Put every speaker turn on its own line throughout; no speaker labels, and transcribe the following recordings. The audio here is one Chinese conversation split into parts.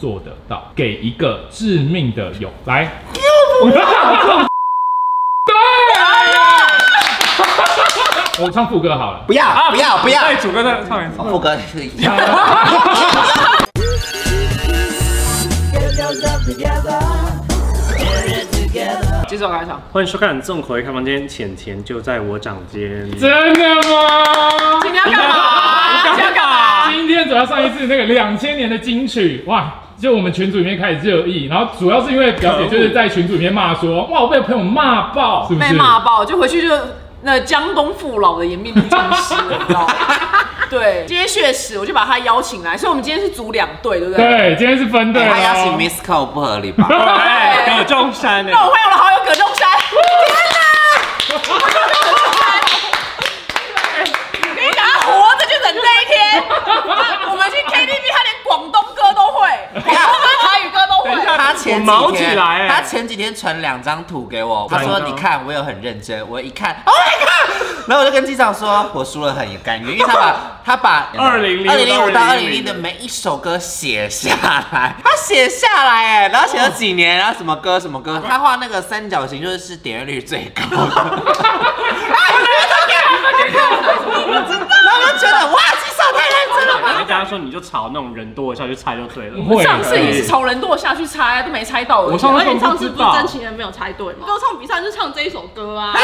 做得到？给一个致命的拥 来。对，我唱副歌好了。
不要不啊要不要！
哎，主歌再唱一次。
好副歌是一样。
接着我开场。
欢迎收看《重口味开房间》，浅钱就在我掌间。
真的吗？
今天要干嘛？今天要干嘛？
今天主要上一次那个两千年的金曲，哇！就我们群组里面开始热议，然后主要是因为表姐就是在群组里面骂说，哇，我被朋友骂爆，是不
被
是？
骂爆，就回去就那江东父老的颜面就尽失了，你知道吗？对，今天确实我就把他邀请来，所以我们今天是组两队，对不对？
对，今天是分队
哎
了哦。
他邀请 Miss Cole 不合理吧？
哎，葛中山
那我
哎，
会有的好友葛仲山，天哪！我就葛仲山，你等他活着就等这一天。我们去 KTV，他连广东歌都会，广东歌、台语歌都
等一
会。
下
他前
我
几
毛起
天，
来哎
他前几天传欸两张图给我，他
哪一
说
张
你看我有很认真，我一看，Oh my god！然后我就跟机长说，我输了很甘愿，因为他 把他把
2005
二零零五到二零
2000
零的每一首歌写下来，他写下来哎，然后写了几年，然后什么歌什么歌，他画那个三角形就是点阅率最高 的。哎 然后我就觉得哇，机长太认真了吧！
我跟大家说，你就吵那种人多的下去猜就对了。
会
上次也是从人多下去
啊
猜，都没猜到。
我上
而
次
且
根
你
本
上
不
次
知
不是
道
真。情人没有猜对吗？歌唱比赛就唱这一首歌啊，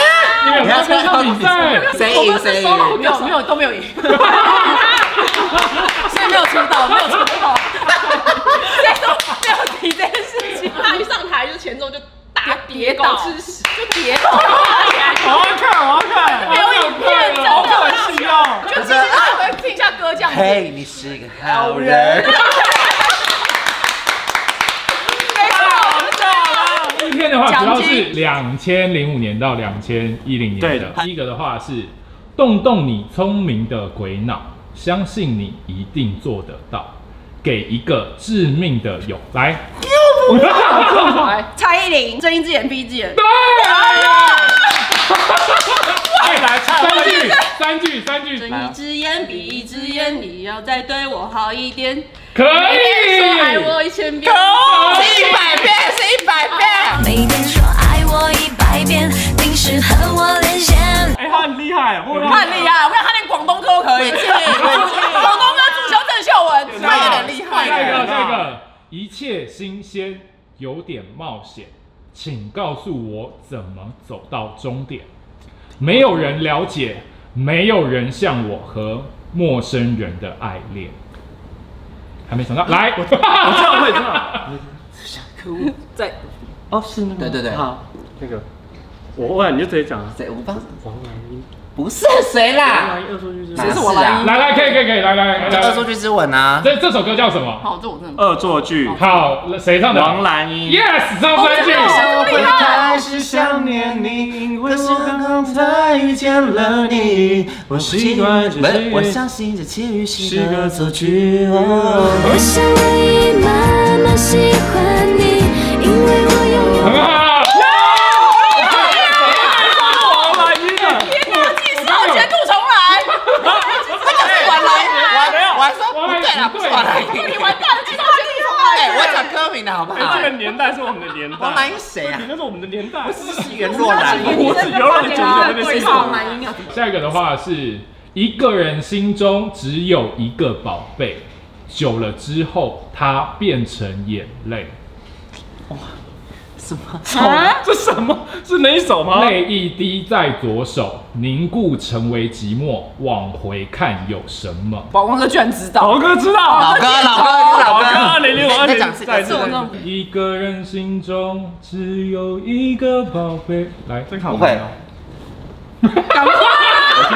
你们有没有跟上比赛？
谁
我
赢
们
谁
是
赢？
solo
没有没有都没 有赢，所以没有出道，没有出 道，所以都没有提这件事情，
他一上台就前奏就大
别
跌
倒
倒，
就别倒，
好 看，好看，
没有影片，真
好
的，
可惜哦。
就只是稍微听一下歌这样子，
嘿，你是个好人。
没错，
影片的话，主要
奖
是
金
两千零五年到两千一零年
对
的
的。
第一个的话是动动你聪明的鬼脑，相信你一定做得到，给一个致命的勇来。
来，
蔡依林睁一只眼闭一只眼，
快来唱，
啊三句，三句，三句，
睁一只眼闭一只眼，你要再对我好一点，
可
每天说爱
以。
我一千遍，
是一百遍，是一百遍。
每天说爱我一百遍，定时和我连线。
哎，他很厉害，后
他很厉害，我想他连广东歌都可以，广东歌主修郑秀文，
他有点厉害
下一
耶
个，下一个，一切新鲜，有点冒险，请告诉我怎么走到终点。没有人了解，没有人像我和陌生人的爱恋。还没想到，来，
我知道，我也知道。
可恶，在
哦，是那个吗。
对对对
好，那个，我问你就直接讲啊。
谁？我不
王蓝英，
不是谁
王
啦？
蓝英恶作剧
谁
之
哪
是
是
我来
啊？
来来，可以可以可以，来来来
这恶作
来，
剧之吻啊！
这这首歌叫什么？
好，这我真的
恶作剧，
好，谁唱的？
王蓝英。
Yes，上三句。
我会开
开始想念你，因为
我刚
刚才见了你。我
不是，我相信这奇遇是个恶作剧
我想我已慢慢喜欢你，因为我拥有。
很好。
王蓝英的，
四号前度重来，
这就是晚来，我我还说不对啦，不是晚来。
你完蛋了，记得前度重来，
哎，我讲歌名的好不好
这？个年代是我们的年代。
王蓝英谁啊
你？那是我们的年代。
是袁若兰。
我只有让你觉得那个
对
是
抗
什
男音啊，
下一个的话是一个人心中只有一个宝贝，久了之后它变成眼泪，
么？这什么？是哪一首吗？
泪一滴在左手，凝固成为寂寞，往回看有什么？
宝光哥居然知道，
豪哥知道。
老歌，老歌，老歌。
二零零五，二
再
零
讲是再
是我那种
一个人心中只有一个宝贝，来，
真好
不会
玩哦。我听，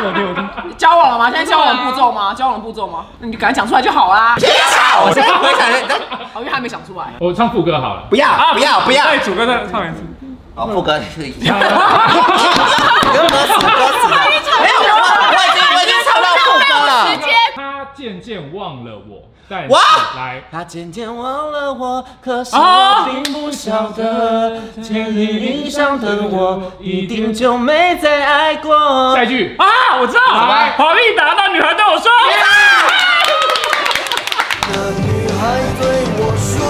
我听，我听。
交往了吗？现在交往的步骤吗？交往的步骤吗？那你就赶快讲出来就好啦。
别吵！我现在回想一下，
哦，因为还没想出来。
我唱副 歌好了。
不要，不要，不要！
哎，主歌再唱一次。
哦，副歌是 一样。你有没有死歌词的？没有，我我已经我已经唱到副歌了。
他渐渐忘了我，但是
哇
来，
他渐渐忘了我，可是我并不晓得，千里云上的我一定就没再爱过。
下一句。
啊，我知道
来，
华丽达到女孩对我说，
女孩对我说。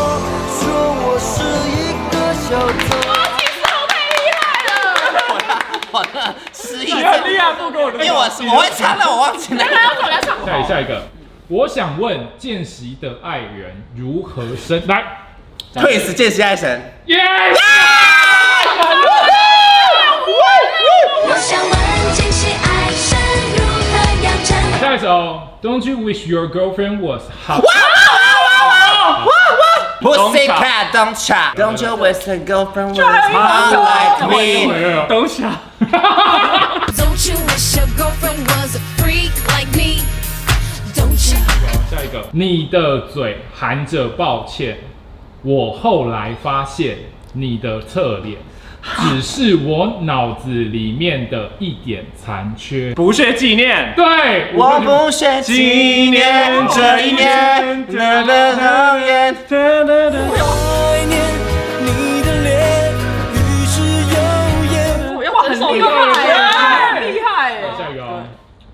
就走。
其实我太厉害了。
我的我的失忆症
你，很厉害，不给我的。
因为我是我会唱，但我忘记 了
来。来，我走，来唱。
下一下一个，我想问见习的爱人如何生来？
Chris 见习爱神。
耶！
我想问今夕爱神如何要真？
下一首，Don't you wish your girlfriend was hot？
Pussycat don't chat, don't you waste a girlfriend with one like
我一
me。
会儿
等一下，
Don't you wish your girlfriend was a freak like me? Don't you?
下一个，你的嘴含着抱歉，我后来发现你的侧脸只是我脑子里面的一点残缺。
不屑纪念。
对，
我不学纪念这一年的永远。怀念你的脸，于是有言。
哇，很厉害啊，很厉害哎。
下一个哦，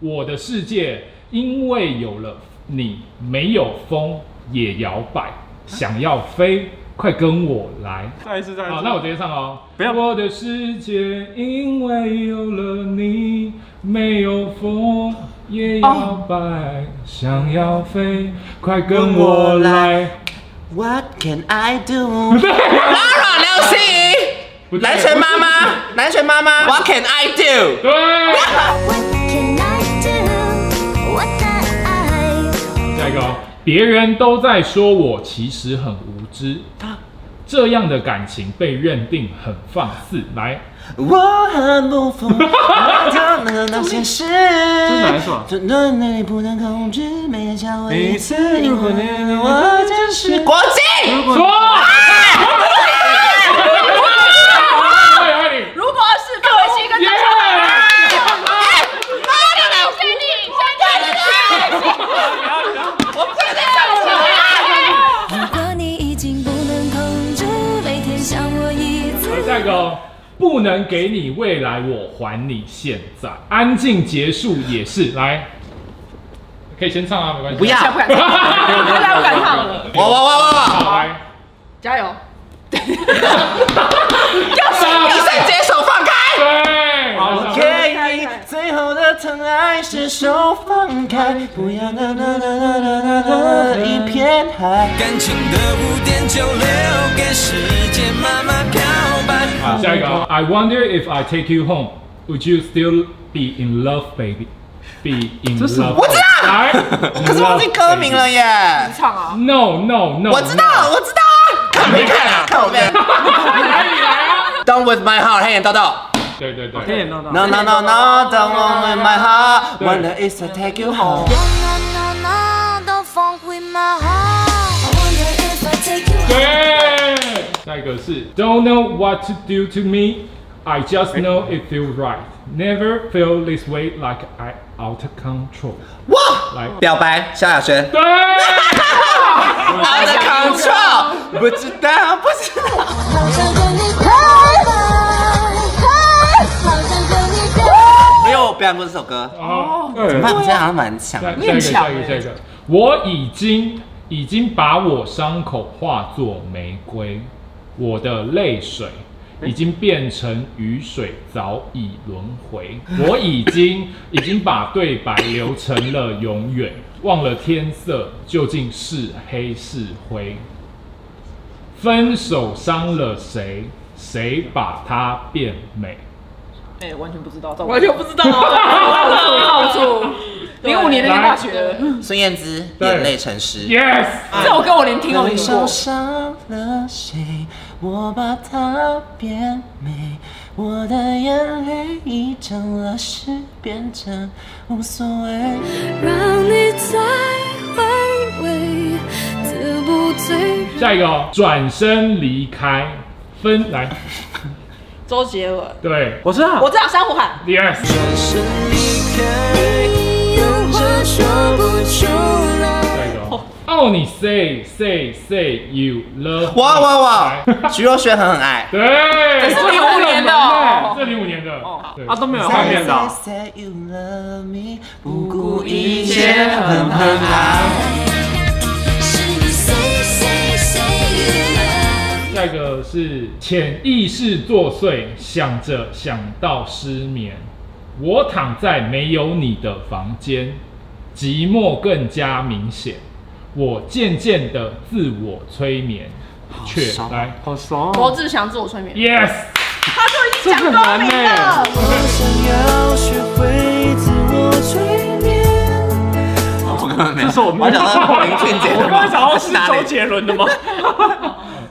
我的世界因为有了你，没有风也摇摆，想要飞，快跟我来。
再一次，再一次。
好，那我直接唱哦。
不要
我的世界，因为有了你，没有风也摇摆，想要飞，快跟我来。
What can I do？Lara 刘诗
不对
怡，南拳妈妈，南拳妈妈，What can I do？
对，
What can I do? What can I?
下一个哦。别人都在说我其实很无知，这样的感情被认定很放肆。来，
我很不服，我做了那些事。这
是哪一首啊
那那你不能控制，每天想我一次，如果你能我真是国际。
说。哎我也爱你
如果是范玮西跟张韶涵，我选你，选你，选
如果你已经不能控制，每天想我一次。
下一个哦，不能给你未来，我还你现在。安静结束也是，来，可以先唱啊，没关系。
不要
现在不敢唱了，现在不敢唱了，
我我我我
好来，
加油！
我，你先解手放开。
对，好
给你最后的疼爱，是手放开，不要那那那那那那那一片海。感情的污点就留给时间慢慢漂白。
好，下一个哦，I wonder if I take you home, would you still be in love, baby? Be in
这是
love.
我知道
来，
可是忘记歌名了耶。
唱啊！
No, no, no.
我知道，我知道啊，看哦没看啊？看我没？Don't 啊 with my heart，黑眼豆豆。
对对对，
可以演到到。
No no no no，Don't with my heart，Wanna is to take you home。
Don't fall with my heart. I wonder if I take you home.
对，下一个是 Don't know what to do to me, I just know it feels right. Never feel this way like I out of control.
哇，
来，
表白萧亚 轩。
对，
Out of control，不知道，不知道。
好想跟你拜拜，好想跟你拜拜。
没有，我表演过这首歌。
Oh.
哦，
怎么办？我现在好像蛮强。
下
的。
下一个，
很强
下一个，下一个，我已经已经把我伤口化作玫瑰，我的泪水。已经变成雨水，早已轮回。我已经已经把对白留成了永远，忘了天色究竟是黑是灰。分手伤了谁？谁把它变美？
哎，完全不知道，
完全不知道啊，
到处。零五年的大学了，
孙燕姿《
对
眼泪成诗》。
Yes，
这首歌我连听都没
你
听过
受。伤了谁？我把它变美，我的眼泪已成了诗，变成无所谓。
让你再回味，滋补最
下一个哦，转身离开，分来，
周杰伦，
对
我知道，
我知道珊瑚海，
，yes，
有话说不出来。
下一个哦。哦，你 say say say you love，me
哇哇
来
哇！徐若瑄很很爱。
对，
是05年的哦
这零五年的，对
啊都没有画面的哦。
Say you love me，不顾一切，狠狠爱。
是你 say say say you love
下下一个是潜意识作祟，想着想到失眠。我躺在没有你的房间，寂寞更加明显。我渐渐的自我催眠，却
爽
来
好爽
罗
哦！
志祥自我催眠，
，yes，
他都已经讲高明了。
我想要学会自我催眠。
我根本没有，
这是我们
我想到是林俊杰
我
的
刚刚
吗？
想到是
哪
周
里？
杰伦的吗？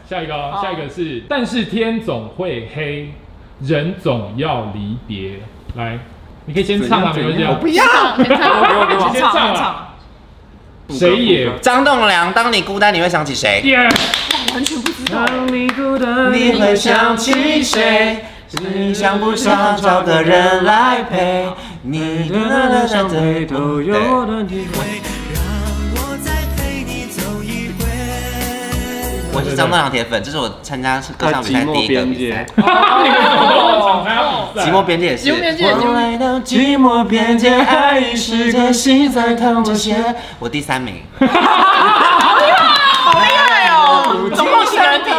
下一个哦，下一个是，但是天总会黑，人总要离别。来，你可以先唱啊，没
怎样
关
怎
系
样
啊，
我不
先唱，先唱，
给我给我
先唱，先
先
唱
唱。谁也
不
不
歌
张栋梁，当你孤单，你会想起谁？
Yeah
完全不知道。
你会想起谁？是你想不想找个人来陪？你的那伤悲都有的体会。让我再陪你走一回。我是张栋梁铁粉，这是我参加歌
他
唱比
寂
赛第
寞
一个
边
比赛
界。，
你们怎么都常参加比赛
寂寞边界也是。
寂寞边界
我来到寂寞边界，爱与世界，心在淌着血。我第三名，
好厉害哦！总共几个人比？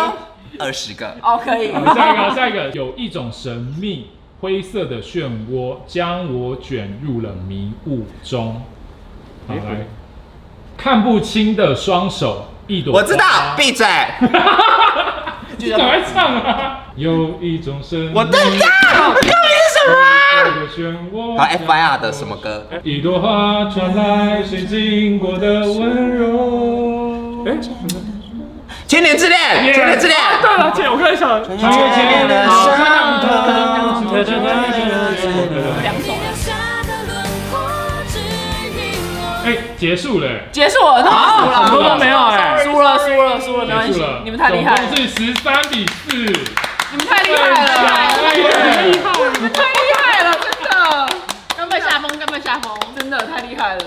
二十个。
哦，可以。
好下一个，下一个，有一种神秘灰色的漩涡将我卷入了迷雾中。好
哎
来，看不清的双手，一朵
我知道，
花
闭嘴！
你赶快唱啊！有一种神秘，
我知道，歌名是什么啊？
灰色的漩涡。
好，FIR 的什么？歌？
一朵花传来水经过的温柔。哎，
千年之恋，千年之恋。
对了，姐，我刚才想，
穿越千年的
好
伤
看
痛。
两首。
哎，结束了。哎
结束了，他们输了，
很多都没有哎
输了，输了，输了，没关
结
系
束了，，
你们太厉害了
总，共是十三比四，
你们太厉害了，
厉害！
你们太厉害了，真的，
甘拜下风，甘拜下风。
真的太厉害了。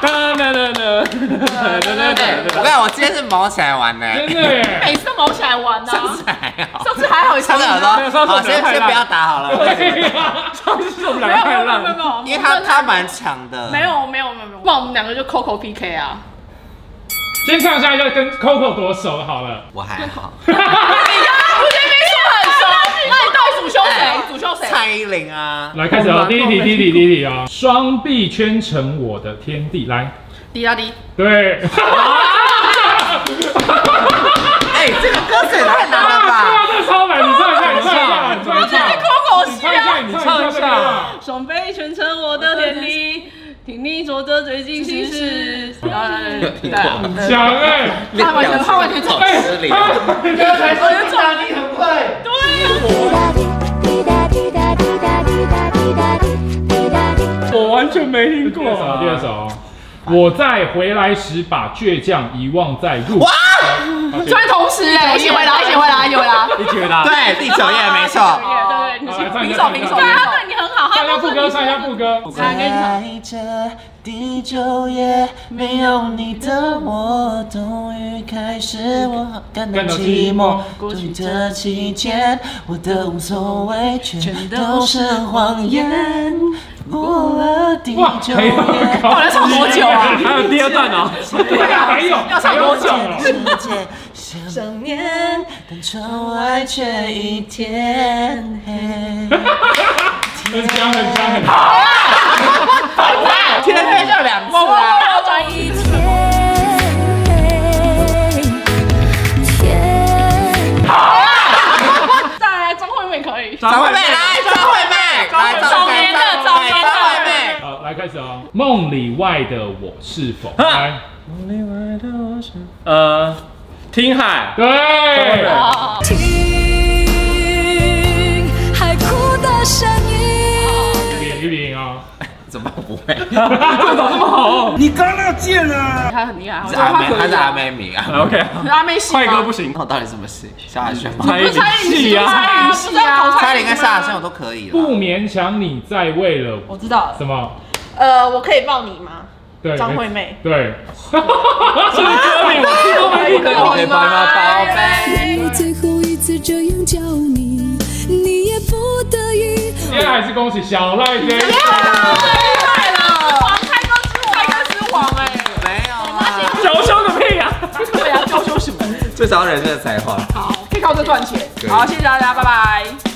噔噔噔噔噔噔噔
我跟你讲，我今天是毛起来玩的。
真的耶！
每次都毛起来玩呐、
上
啊
次，还好，
上次还好，
哦上次我
没有
说
上次
好，
我觉得
先
太
先
烂
不要打好了，
上次是我们
没
两
有没有
个太
没有
烂
没有没
了，
有，
因为他他蛮强的。
没，有没有没有没有，不然我们两个就 Coco PK 啊。
先唱一下要跟 Coco 多熟好了。
我还好。
你刚刚不是没说很熟？那你到底主修谁？主修谁？
蔡依林啊，
来开始哦，第一题，第一题，第一题啊！双臂圈成我的天地，来，
滴答滴，
对，
哎，这个歌词也太难了吧？
这超难，你唱一下，你唱一下，你唱一下，
狗
你唱一下，你唱一下，
双臂全成我的天地，听你说着最近心事。
听过吗？
强哎！
他
完全他完全
好失礼。
滴答滴，滴答滴答滴答滴答滴答滴，滴答滴。
我完全没听过
第二首，第二。首，我再回来时把倔强遗忘在路。
哇，
突然同时哎、一起回答，一起回答，一起回答。
一起回答，
对，第九页没错。
对对对，
好来唱一
平
下
手，平手，
唱
平
一
手
下。
对你很好，
唱
他
一下
都
副
是
歌，
你
唱一下副歌。
在这第九夜，没有你的我，终于开始我感到寂寞。终于这期间，我的无所谓全都是谎言。过了第
哇，
九
还有
夜，
搞
要唱多久啊
还有第二段哦，
对啊，还有
要唱多久
还有
世 界想念，但窗外却已天黑。
很强，很强，很强。
天黑就两次啊！
我要转移。
再来张惠妹可以。
张惠妹来，张惠妹来，张惠妹，张惠妹，张惠妹。
好，来开始哦。梦里外的我是否？来，
呃，听海，
对，
听海哭的声音。
一比一比零啊。
怎么不会？
他很厉害，
是阿妹，她是阿妹迷啊。
OK，
阿妹系
快歌
吗？
不行，
那我到底什么戏？萧亚轩吗？
蔡依林戏啊，
蔡
不是要投
蔡依林跟萧亚轩我都可以
不
了。
勉强你再为了
我知道了。
什么？
呃，我可以抱你吗？
对，
张惠妹
对，
这个歌名我听都没听过。
我可以帮她包
我最后一次这样叫你，你也不得已。
今天还是恭喜小赖姐。
太厉害了，王开歌之王，开歌之王哎、
没有啦，
小羞个屁啊！
对啊，娇羞什么？
最少要人的才华。
好，可以靠这赚钱。
对
好，谢谢大家，拜拜。